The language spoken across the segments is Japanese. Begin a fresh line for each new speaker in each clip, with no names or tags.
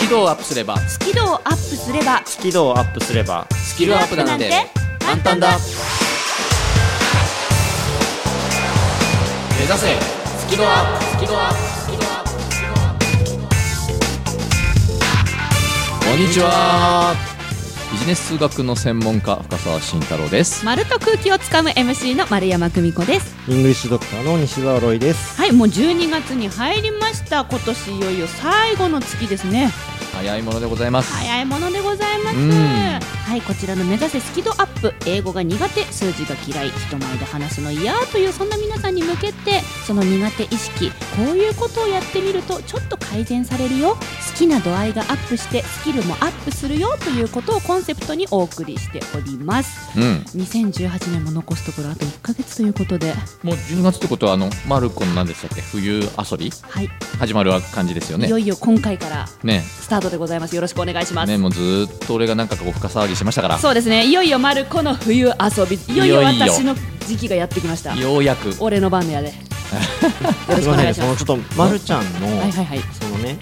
キ度をアップすれば
スキルをアップすれば
スキルをアップすれば
スキルアップなんて簡単だ目指せスキルアップスキルアップスキルアップスキルアップこんにちはビジネス数学の専門家深澤慎太郎です
丸と空気をつかむ MC の丸山久美子です
イングリッシュドクターの西澤ロイです
はいもう12月に入りました今年いよいよ最後の月ですね
早いものでございます
早いものでございます、
うん
はいこちらの目指せスキドアップ英語が苦手数字が嫌い人前で話すの嫌というそんな皆さんに向けてその苦手意識こういうことをやってみるとちょっと改善されるよ好きな度合いがアップしてスキルもアップするよということをコンセプトにお送りしております
うん
2018年も残すところあと1ヶ月ということで
もう12月ってことはあのマルコの何でしたっけ冬遊び
はい、
始まる感じですよ
い
ね
よいよ今回から
ね
スタートでございますよろしくお願いします、
ねもうずーっと俺がなんかこう深騒ぎしましたから
そうですねいよいよまる子の冬遊びいよい
いよ
よ
いよ
私の時期がやってきました
ようやく
俺の番のや でよろしくお願いし
その
ます
ちょっとまるちゃんの
はいはいはいは
そのね
い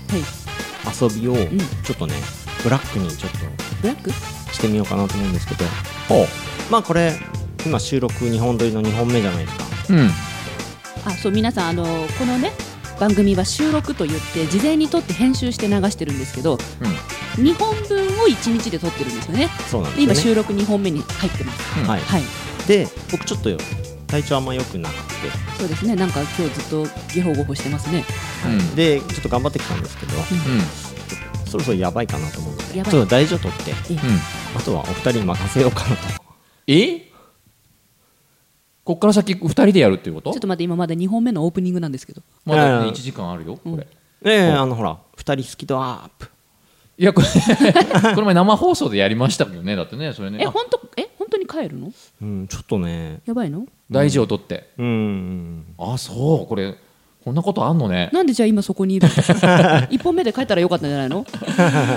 遊びを
ん
ちょっとねブラックにちょっ
ブラック
としてみようかなと思うんですけど
おう
まあこれ今収録2本撮りの2本目じゃないですか
うん
あそう皆さんあのこのね番組は収録と言って事前に撮って編集して流してるんですけど2本分を1日で撮ってるんですよね
そうなん
で今
ですよ
収録2本目に入ってます
録
ね
はい
いで僕ちょっと体調あんま良くなくて
そうですねなんか今日ずっとゲホゴホしてますね
うん
でちょっと頑張ってきたんですけど
う
そろそろやばいかなと思うので
やばい
ちょっと大事を取って
んうん
あとはお二人に任せようかなと
えこっから先二人でやるっていうこと
ちょっと待って今まだ2本目のオープニングなんですけど
まだ
う
ね
ん
一時間あるよこ
うん
れ
ねえあのほら二人スキドアップ
いやこれ この前生放送でやりましたけどねだってねそれね
え
あ
本当え本当に帰るの
うんちょっとね
やばいの
大事を取って
うん
あそうこれこんなことあんのね
なんでじゃあ今そこにいるの一本目で帰ったらよかったんじゃないの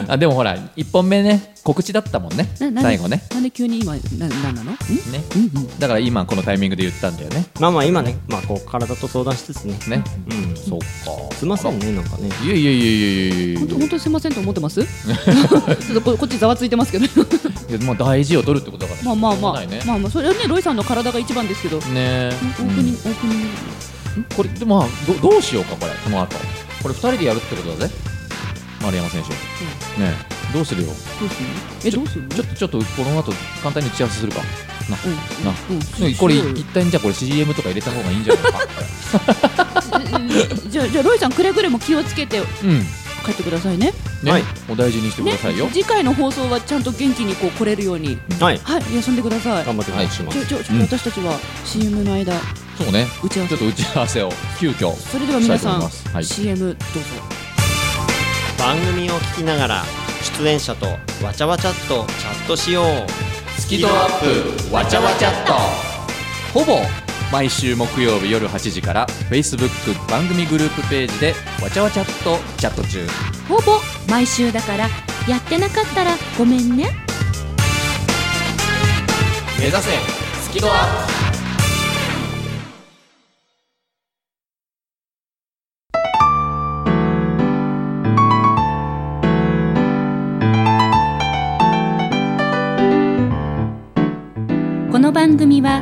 あでもほら一本目ね告知だったもんね
ななんで
最後ね
なんで急に今ななんなのん
ね
うんうん
だから今このタイミングで言ったんだよね
まあまあ今ねまあこう体と相談しつつね
ね
うん
そっか
すいませんねなんかね
いやいやいやいやいや
本
いや
当本当にすいませんと思ってますちょっとここっちざわついてますけど
いやまあ大事を取るってことだから
まあ
しょうがな
まあまあ、
いね
まあまあそれはねロイさんの体が一番ですけど、オ
ね
ープニングオープニング
うんこれでまあどどうしようかこれこの後これ二人でやるってことだぜ丸山選手ねえどうするよ
どうするのえどうするの
ちょっとちょっとこの後簡単に打ち合わせするか
うん
な
うん
ねこれ一旦じゃあこれ CM とか入れた方がいいんじゃないか
うんじゃあじゃあロイさんくれぐれも気をつけて
うん
帰ってくださいね
ね、
はい
お大事にしてく
ね
ださいよ、
次回の放送はちゃんと元気にこう来れるように
はい
はい休んでください
頑張ってお願いしま
ち
す
ょちょちょ
うん
私たちは CM の間
そうね
打ち合わ
ちょ
せ
っと打ち合わせを急遽
それでは皆さ
したいと思
ん、
いますはい
CM どうぞ
番組を聞きながら出演者とわちゃわちゃっとチャットしよう
スキドアップわちゃわちゃっとほぼ毎週木曜日夜8時から Facebook 番組グループページでわちゃわちゃっとチャット中
ほぼ毎週だからやってなかったらごめんね
目指せスキドアップ
この番組は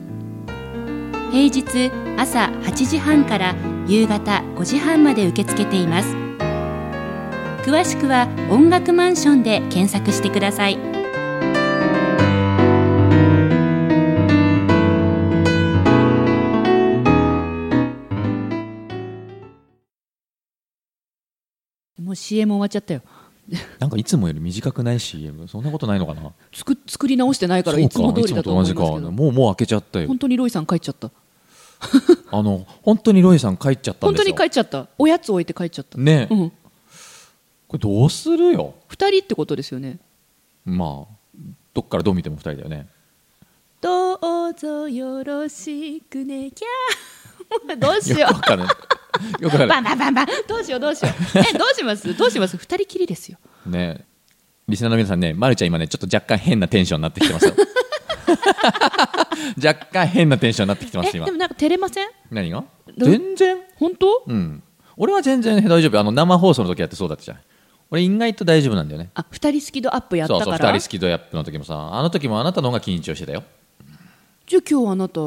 平日朝8時半から夕方5時半まで受け付けています詳しくは音楽マンションで検索してくださいもう CM 終わっちゃったよ
なんかいつもより短くない CM そんなことないのかな
作作り直してないからいつも通りだと思いますけ
いつもと同じか
ど
もうもう開けちゃったよ
本当にロイさん帰っちゃった
あの本当にロイさん帰っちゃったん
本
で
当
すよ
に帰っちゃったおやつ置いて帰っちゃった、
ね、
うん
これどうするよ
二人ってことですよね
まあどっからどう見ても2人だよね
どうぞよろしくねキャー どうしよ
よくわかんないよくわか
うん
ない
バンバンバンバンどうしようどうしようえどうしますどうします二人きりですよ
ねリスナーの皆さんね、ま、るちゃん今ねちょっと若干変なテンションになってきて ますよ若干変なテンションになってきてま
え
す
で
今
もなんか照れません
何が
ど
全然
本当
うん俺は全然大丈夫あの生放送の時やってそうだったじゃん俺意外と大丈夫なんだよね
あ二人スキドアップやった
そ
か
う
ら
そう2人スキドアップの時もさあの時もあなたの方が緊張してたよ
じゃあ今日あなた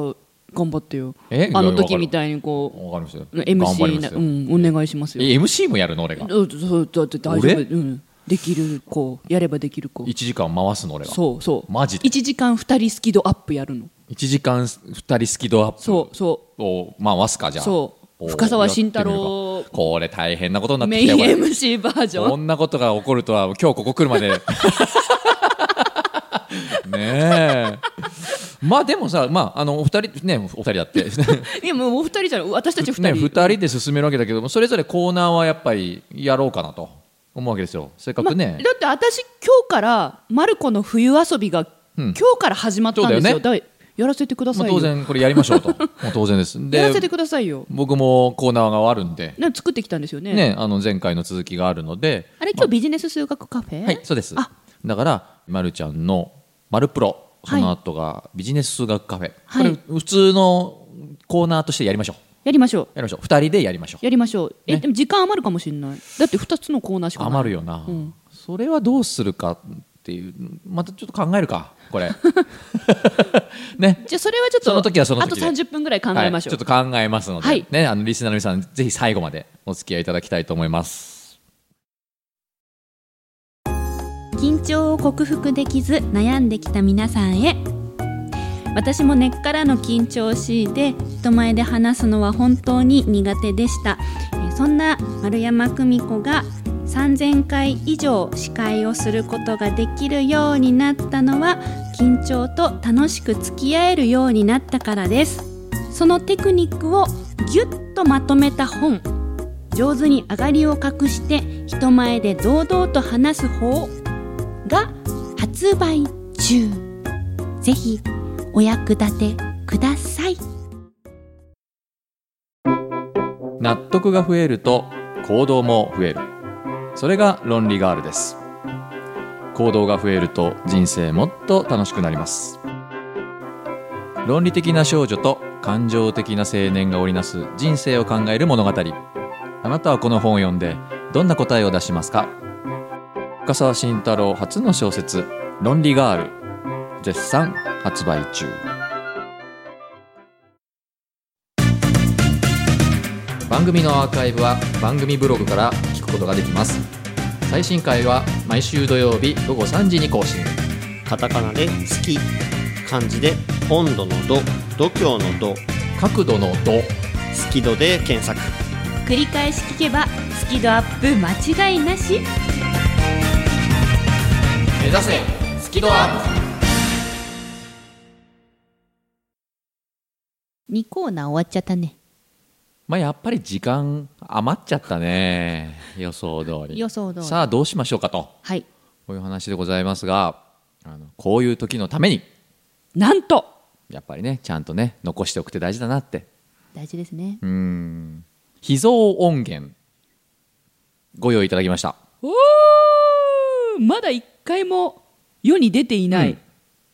頑張ってよ
え
あの時
わかる
みたいにこ
わかりますよ
う
頑張り
MC
ま
な
す
う
よ、
んお願いしますよ
え MC もやるの俺が
うんそうだって大丈
俺
夫、うん、できる子やればできる子
1時間回すの俺が
そうそう
マジで
1時間2人スキドアップやるの
1時間2人スキドアップ
そうそ
を回すかじゃあ
そう
お
深澤慎太郎
やってみるかこれ大変なことに
う
なって
メ
き
イ
た
ン
よこれ
MC バージョ
こ
ン
んなことが起こるとは今日ここ来るま でねえまあでもさ、まあ、あのお二人ねお二人だって
いやもうお二人じゃない私たち二人、
ね、2人で進めるわけだけどもそれぞれコーナーはやっぱりやろうかなと思うわけですよせっかくね
ま、だって私今日からマルコの冬遊びが、
うん
今日から始まったんです
そ
よ
うだ
だいやらせてくだ
ま
さ
あ、
いよ、
当然これやりまし ょうともう当然です
や
で
らせてくださいよ
僕もコーナーがあるんで、
な作ってきたんですよね
ね、あの前回の続きがあるので
あれ今日ビジネス数学カフェ、
はい、そうです
あ。
だから、まるちゃんの、まるプロ、その後がビジネス数学カフェ。
はい
これ、普通のコーナーとしてやりましょう。
やりましょう
やりましょう。二人でやりましょう。
やりましょうえ、
ね
でも時間余るかもしれないだって2つのコーナーしかない
余るよな、
うん
それはどうするかっていう、またちょっと考えるか、こ れ。ね。
じゃあそれはちょっと
その時はその時で
あと30分ぐらい考えましょう、
はいちょっと考えますので、
はい
ね、あのリスナーの皆さん、ぜひ最後までお付き合いいただきたいと思います。
緊張を克服できず悩んできた皆さんへ私も根っからの緊張を強いて人前で話すのは本当に苦手でしたえーそんな丸山久美子が3000回以上司会をすることができるようになったのは緊張と楽しく付き合えるようになったからですそのテクニックをぎゅっとまとめた本上手に上がりを隠して人前で堂々と話す方が発売中ぜひお役立てください
納得が増えると行動も増えるそれが論理ガールです行動が増えると人生もっと楽しくなります論理的な少女と感情的な青年が織りなす人生を考える物語あなたはこの本を読んでどんな答えを出しますか深沢慎太郎初の小説「論理ガール」絶賛発売中番組のアーカイブは番組ブログから聞くことができます最新回は毎週土曜日午後3時に更新
カタカナで「好き」漢字で「温度の度」「度胸の度」
角度の度
「好き度」で検索
繰り返し聞けばスキドアップ間違いなし
目指せスキドアップ
2コーナー終わっちゃったね
まあやっぱり時間余っちゃったね予想通り
予想通り
さあどうしましょうかと
はい
こういう話でございますがあのこういう時のために
なんと
やっぱりねちゃんとね残しておくって大事だなって
大事ですね
うーん秘蔵音源ご用意いただきました
おーまだ一回も世に出ていない、
うん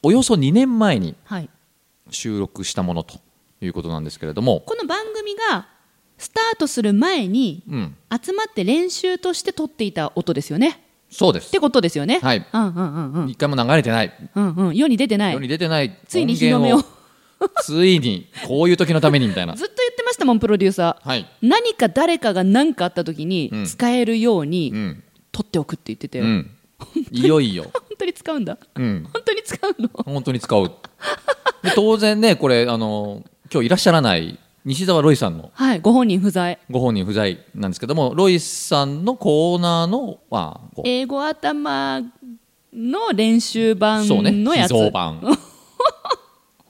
およそ2年前に
はい、
収録したものということなんですけれども、
この番組がスタートする前に
うん、
集まって練習として撮っていた音ですよね
そうで
っ
す
て。ことですよね
はい
うんうんうんうん
一回も流れてない、
うんうん世に出てない
世に出てない
ついに日の目を
音源をついにこういう時のためにみたい な。
ずっと言ってましたもんプロデューサー
はい。
何か誰かが何かあった時に
うん
使えるよう
う
に
ん。
撮っておくって言ってて、
うん。いよいよ。
本当に使うんだ
うん。
本当に使うの
本当に使う。で当然ね、これ、あの、今日いらっしゃらない西澤ロイさんの
はいご本人不在
ご本人不在なんですけども、ロイさんのコーナーの、まあ、こう
英語頭の練習版
そうね、
のや
秘
つ、
蔵版。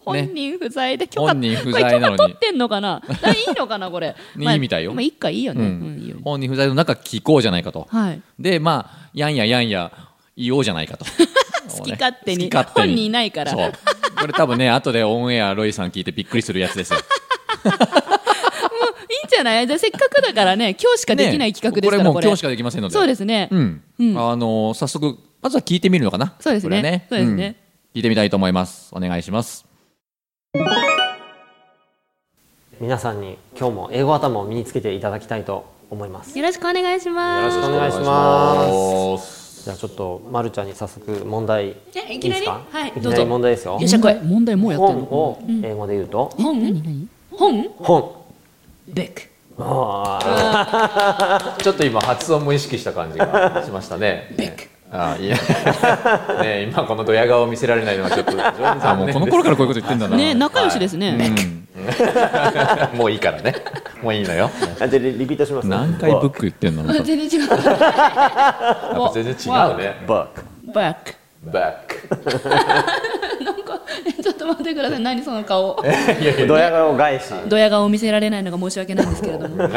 本人不在で許可、
本人不在な
まあ、許可
の
取
に
っ、てんのかなだいいのかな これ
ね
まあ
いいみたいよ
まあいいかいいよね、
う
うんんいいよ
本人不在の中聞こうじゃないかと。
はい
で、まあ、やんややんや言おうじゃないか と。
好き勝手に
好き勝手
本人いないから
そう。これ多分ね、後でオンエアロイさん聞いてびっくりするやつですよ。
いいんじゃないじゃあせっかくだからね今日し かできない企画ですか
ねこ
ら、
れもう
これ
今日しかできませんので。
そうですね、
うん。
うん
あのー早速、まずは聞いてみるのかな。
そうですね
これ
そうですね
うん聞いてみたいと思います。お願いします。。
皆さんに今日も英語頭を身につけていただきたいと思いますよ
よろしくお願いしま
ろ
す。
しくお願いしますすじゃあちょっとまるちゃんに早速問題い
えい
い
き
で
な
す
り
か
はい
いき
どう
な
ぞ
り問題ですよ
よっしゃ来い問題もうやってん
本
の
を英語で言うと
本何何本
本
ベック
あ
ちょっと今発音も意識した感じがしました ね。ねあいや ね今このドヤ顔見せられないのはちょっとあもうこの頃からこういうこと言ってんだな。
ね仲良しですね、
うん もういいからね。もういいのよ。
ーあじゃあリリピートしますね
何回ブック言ってんの？やっ
全然違う
ぱ全然違うね。
バック
バック
バッ
なんかえちょっと待ってください何その顔
ク。いやいや
ドヤ顔返し
ドヤ顔を見せられないのが申し訳ないんですけれどもや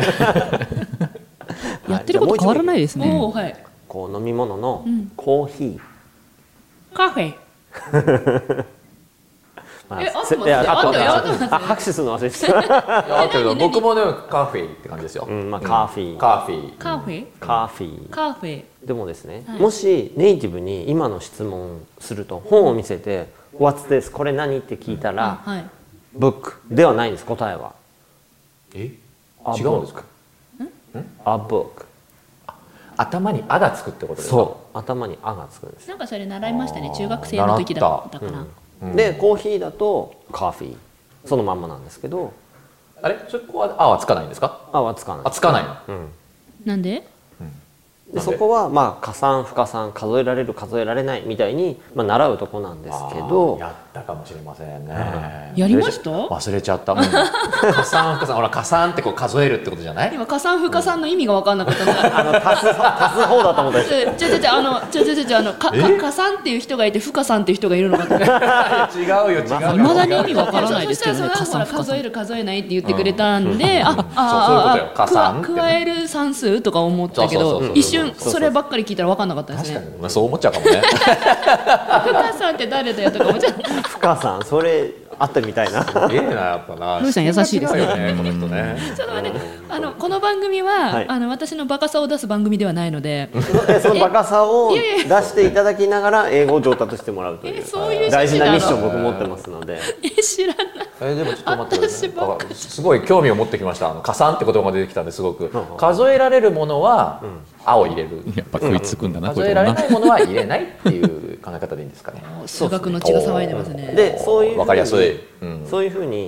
ってること変わらないですね、おーはい
こう飲み物のコーヒー
カフェ
ま
え合って
せ
ます
いや
合ってます
合
合ってます
あ拍手するの忘れて た
いや合ってるけど僕もねカフェって感じですよ。
うんまあカーフィー
カーフィー。
カフェ
カーフィー
カフェ
でもですねもしネイティブに今の質問すると本を見せて「What's this? これ何?」って聞いたら
あはい
ブックではないんです答えは
え
あ
違うんですか？
a book
頭にあがつくってことですか？
そう頭に「あ」がつくんです、
なんかそれ習いましたね中学生の時だったかな、
でコーヒーだとカーフィーそのまんまなんですけど
あれそこはあはつかないんですか？
「あ」はつかない
あつかないの。
なんで
でそこはまあ加算不加算数えられる数えられないみたいに、まあ、習うとこなんですけど
やったかもしれませんね
やりました
忘れちゃ ったもん加算加算ほら加算ってこう数えるってことじゃない
今加算不加算の意味が分かんなかったの
あの足す足す方だと思ったでしょ
ちょちょちょあのちょちょちょちょあのかか加算っていう人がいて不加算っていう 人がいるのかと思って
違うよ違うよ
いまだに意味わからない
で
ですす
け
けど
どね
ね
加
加
算
算
不
ほら数える数えないって言ってくれたんで、 ああ
そうそういう
あ
ことよ
あ
加算って
加加える算数とか思ったけ
そうそうそう
ど
そう
一瞬そればっかり聞いたら分かんなかったです
確か
ね
にまあそう思っちゃうかもね
不加算って誰だよとか思っ ちゃった
不加算それあったみたいな
ええなやっぱな
ロイさん優しいですね
違うよこの人ね
ちょっと待ってあのこの番組は、
はい
あの私のバカさを出す番組ではないので
え そのバカさを
い
出
やいや
していただきながら英語を上達してもらうとい
え
う
そういう趣旨なの
大事なミッション僕持ってますので
え 知らない
えでもちょっと待ってください
私ばっか
あすごい興味を持ってきましたあの加算って言葉が出てきたんですごく数えられるものは青を入れる
やっぱ食いつくんだな、こう
数
い
え
うとこな
られないものは入れないっていう考え方でいいんですかね
数学の血が騒いでますね
でそういうふうに
わかりやすいうん
そういうふうに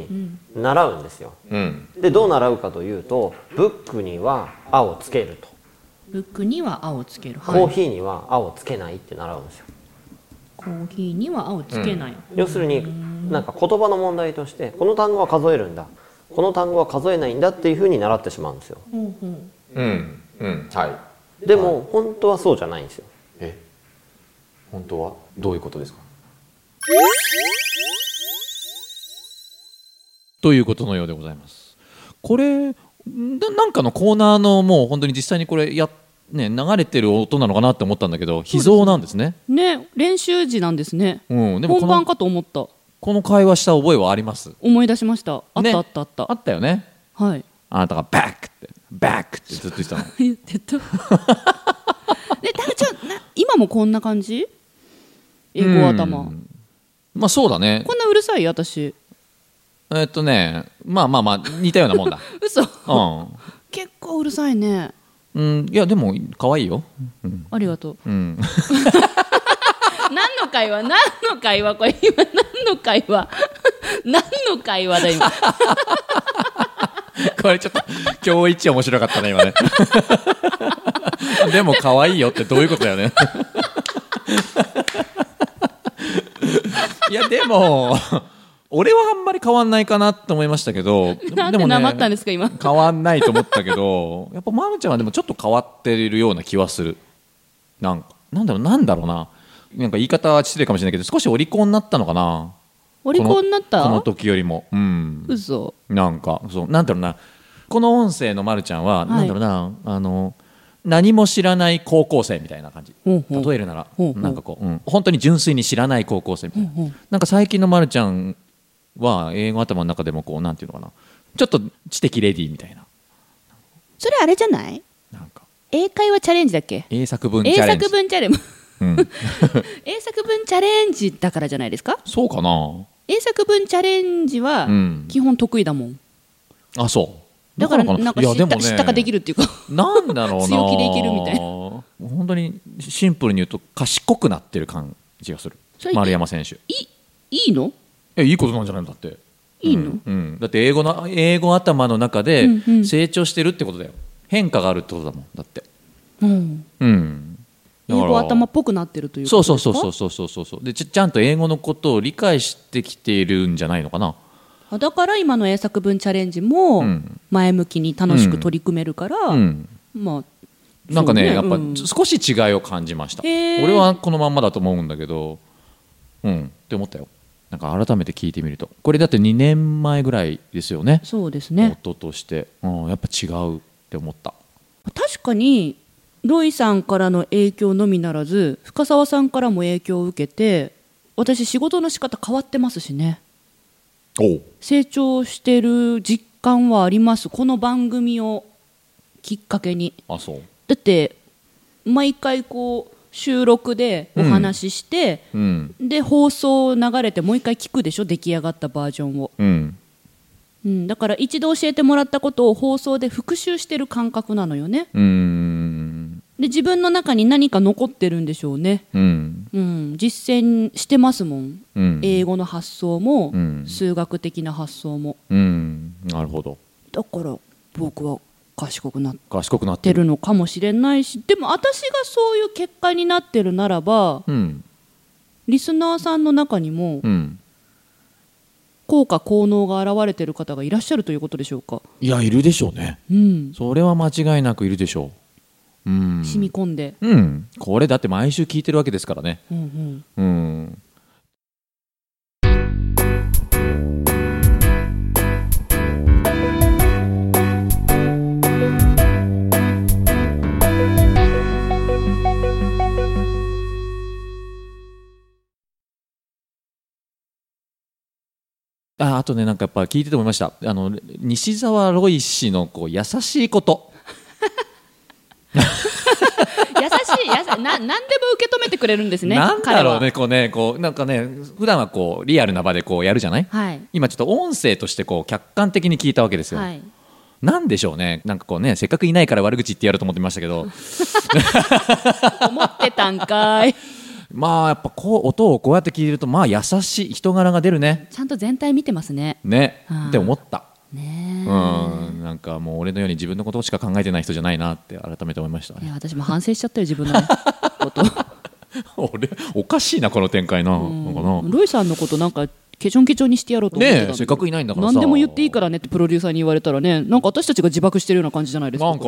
習うんですよ
うん
でどう習うかというとブックには「あ」をつけると
ブックには青をつける、はい
コーヒーには「あ」をつけないって習うんですよ
コーヒーには青をつけない、
要するになんか言葉の問題としてこの単語は数えるんだこの単語は数えないんだっていうふうに習ってしまうんですよ
ほうほう
うんうんはい
でも本当はそうじゃないんですよ
え本当はどういうことですか
ということのようでございます。これななんかのコーナーのもう本当に実際にこれやね流れてる音なのかなって思ったんだけど秘蔵なんですね。
ね練習時なんですね、
うん、でもこ
本番
の
かと思った
この会話した覚えはあります。
思い出しましたあった
ね
あったあった、
あったよね。
はい
あなたがバックってバックってずっと言ってたの。
言って たでただちょな今もこんな感じ英語頭、
うんまあそうだね。
こんなうるさい私
えっとね、まあまあまあ似たようなもん だ。
嘘
うん。
結構うるさいね
うん、いやでも可愛いよ。
ありがとう
うん。
何の会話何の会話これ今何の会話何の会話だ今
これちょっと今日一面白かったね 今ねでも可愛いよってどういうことだよねいやでも俺はあんまり変わんないかなって思いましたけ ど
なんでなまったんですか今
変わんないと思ったけ どやっぱまむちゃんはでもちょっと変わっているような気はするなんかなんだろうなんだろうななんか言い方は失礼かもしれないけど少しお利口になったのかな
お利口になっ
この
た
時よりもうん
嘘
なんかそうなんだろうなこの音声のまるちゃんは、
い
なんだろうなあの何も知らない高校生みたいな感じ
ほうほう
例えるなら
ほうほう
なんかこう、うん本当に純粋に知らない高校生みたいな、
ほうほう
なんか最近のまるちゃんは英語頭の中でもこうなんていうのかなちょっと知的レディーみたいな
それあれじゃない
なんか
英会話チャレンジだっけ
英作文チ
英
ャレンジ
作文チャレンジ
うん、
英作文チャレンジだからじゃないですか
そうかな
英作文チャレンジは
うん
基本得意だもん
あそう
だからなんか知った,、
いやでもね
知ったかできるっていうか
なんだろうな
強気でいけるみたいな
本当にシンプルに言うと賢くなってる感じがする
それ
丸山選 手い
いいいの
やいいことなんじゃないのだって
いいの、
うん、だって英語の英語頭の中で
うんうん
成長してるってことだよ変化があるってことだもんだって
うん、
うん
英
だから
語頭っぽくなってるという
そ
こ
う
と
そうそ
ですか
うそうそうそうそうそうでちちゃんと英語のことを理解してきているんじゃないのかな
あだから今の英作文チャレンジも
うん
前向きに楽しく取り組めるから、
うん
まあ
なんかね
そうね
やっぱ、
うん
少し違いを感じました
へー
俺はこのまんまだと思うんだけどうんって思ったよなんか改めて聞いてみるとこれだって2年前ぐらいですよね
そうですね
音として、うん、やっぱ違うって思った
確かにロイさんからの影響のみならず深澤さんからも影響を受けて私仕事の仕方変わってますしね
お
成長してる実感はありますこの番組をきっかけに
あそう
だって毎回こう収録でお話しして、
うん
で放送流れてもう一回聞くでしょ出来上がったバージョンを、
うん
うん、だから一度教えてもらったことを放送で復習してる感覚なのよね
うーん
で自分の中に何か残ってるんでしょうね
うん
うん、実践してますもん、
うん
英語の発想も、
うん
数学的な発想も
うんなるほど
だから僕は賢くなっ
賢くなって
て
る
るのかもしれないしでも私がそういう結果になってるならば
うん
リスナーさんの中にも
うん
効果効能が現れてる方がいらっしゃるということでしょうか、
いやいるでしょうね
うん、
それは間違いなくいるでしょううん
染み込んで、
うんこれだって毎週聞いてるわけですからね
うんう
う
ん、
んああとねなんかやっぱ聞いてて思いましたあの西澤ロイ氏のこう優しいこと
優しいやさな何でも受け止めてくれるんですね
なんだろう
彼
ね
は
こうねこうなんかね普段はこうリアルな場でこうやるじゃない
はい
今ちょっと音声としてこう客観的に聞いたわけですよ、
はい
なんでしょうねなんかこうねせっかくいないから悪口言ってやると思ってましたけど
思ってたんかい
まあやっぱこう音をこうやって聞いてるとまあ優しい人柄が出るね
ちゃんと全体見てますね
ね
あー
って思った
ねえ
うんなんかもう俺のように自分のことしか考えてない人じゃないなって改めて思いました
い
ね
や私も反省しちゃったよ自分のねこと
俺おかしいなこの展開なのかな
ロイさんのことなんかケチョンケチョンにしてやろうと思ってたんだ
ねえせっかくいないんだからさ
何でも言っていいからねってプロデューサーに言われたらねなんか私たちが自爆してるような感じじゃないですか
なんか「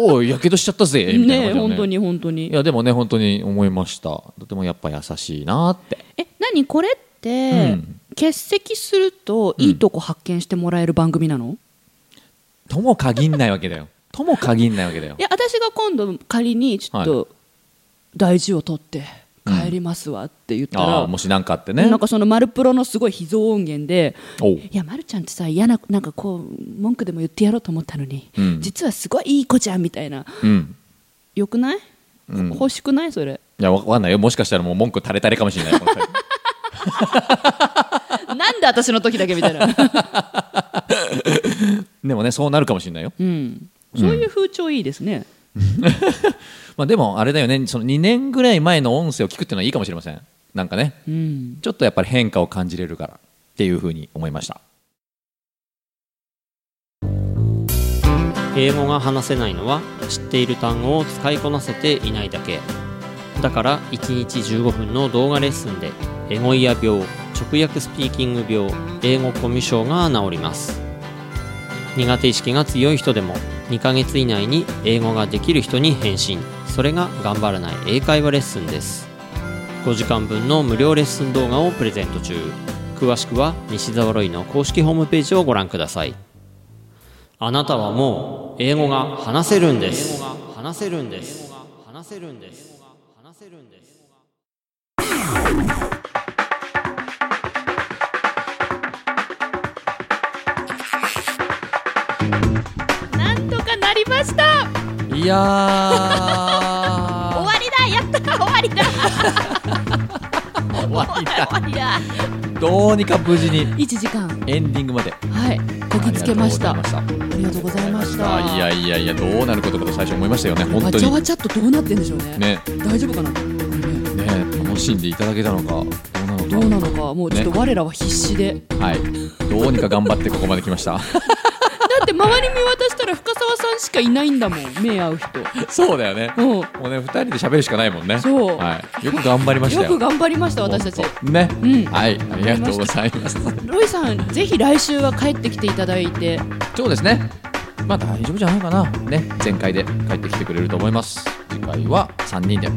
おいやけどしちゃったぜ」みたいな感じだ
ね
よ
え本当に本当
い
に
やでもね本当に思いましたとてもやっぱ優しいなって
え何これって、
うん
欠席するといいとこ発見してもらえる番組なの、い
とも限んないわけだよとも限んないわけだよ
や私が今度仮にちょっと、
は
大事を取って帰りますわって言ったら、
ああもし何かあってね
なんかその「マルプロ」のすごい秘蔵音源で
おう
いや、ま、るちゃんってさ嫌ななんかこう文句でも言ってやろうと思ったのに、
うん
実はすごいいい子じゃんみたいな
うん
よくない、
うん
欲しくない それ
いやわかんないよもしかしたらもう文句垂れ垂れかもしれないよこ の際
なんで私の時だけみたいな、
でもねそうなるかもしれないよ、
うん、そういう風潮いいですね、
まあ、でもあれだよねその2年ぐらい前の音声を聞くっていうのはいいかもしれませんなんかね
うん、
ちょっとやっぱり変化を感じれるからっていうふうに思いました
英語が話せないのは知っている単語を使いこなせていないだけだから1日15分の動画レッスンでエゴイヤ病直訳スピーキング病英語コミュ障が治ります苦手意識が強い人でも2ヶ月以内に英語ができる人に返信それが頑張らない英会話レッスンです5時間分の無料レッスン動画をプレゼント中詳しくは西澤ロイの公式ホームページをご覧くださいあなたはもう英語が話せるんです話せるんです話せるんです話せるんです
なんとかなりました
い やー
終わりだやった終わり だ終わりだ 終わりだ
どうにか無事に
1時間
エンディングまで
はいこぎつけました
ありがとうございまし
ありがとうございました
たいやいやいやどうなることかと最初思いましたよね本
わ
当
ちゃ
に
わちゃっとどうなってんでしょうね
ね
大丈夫かなこれね
ね楽しんでいただけたのかどうなのか
どうなのかもうちょっと我らは必死で、
はいどうにか頑張ってここまで来ました
だって周り見渡したら深澤さんしかいないんだもん目合う人
そうだよね
うん
もうね二人で喋るしかないもんね
そう
はい、よく頑張りました
よ
よ
く頑張りました私たち
本当ね、
うん
はいありがとうございます
ロイさんぜひ来週は帰ってきていただいて
そうですね。まあ大丈夫じゃないかな。ね、前回で帰ってきてくれると思います。次回は3人で、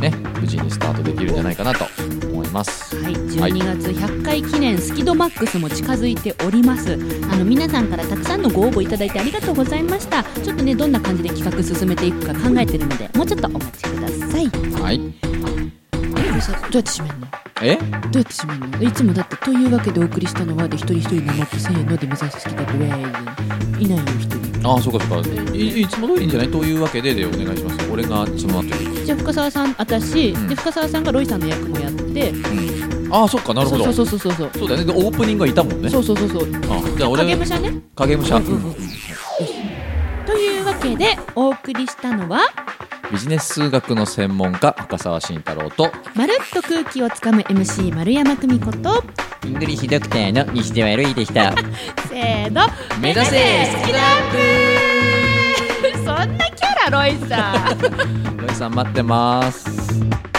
ね、無事にスタートできるんじゃないかなと思います。
はい、12月100回記念スキドマックスも近づいておりますあの皆さんからたくさんのご応募いただいてありがとうございましたちょっとねどんな感じで企画進めていくか考えてるのでもうちょっとお待ちください
はい。
さどうやって締めんのど
え
うやって締めんのいつもだって「というわけでお送りしたのは」で一人一人のマップせーので目指す好きだとウェーイいないよ一人
ああ、そうかそうか。いいつも通りいいんじゃないというわけででお願いします。俺がその後に。
じゃあ深澤さん私、
うん
で深澤さんがロイさんの役もやって
ああ、そっか、なるほど。
そう
そう
そうそうそうそう
だよね。でオープニングがいたもんね。
そうそうそうそう
あじゃあ俺
影
が
武者ね
影武者。
というわけでお送りしたのは
ビジネス数学の専門家、赤澤慎太郎と、
「まるっと空気をつかむ MC 丸山久美子」と
イングリッシュドクターの西出はるいでした。
せーの
目指せ
スキドアップそんなキャラロイさん
ロイさん待ってます。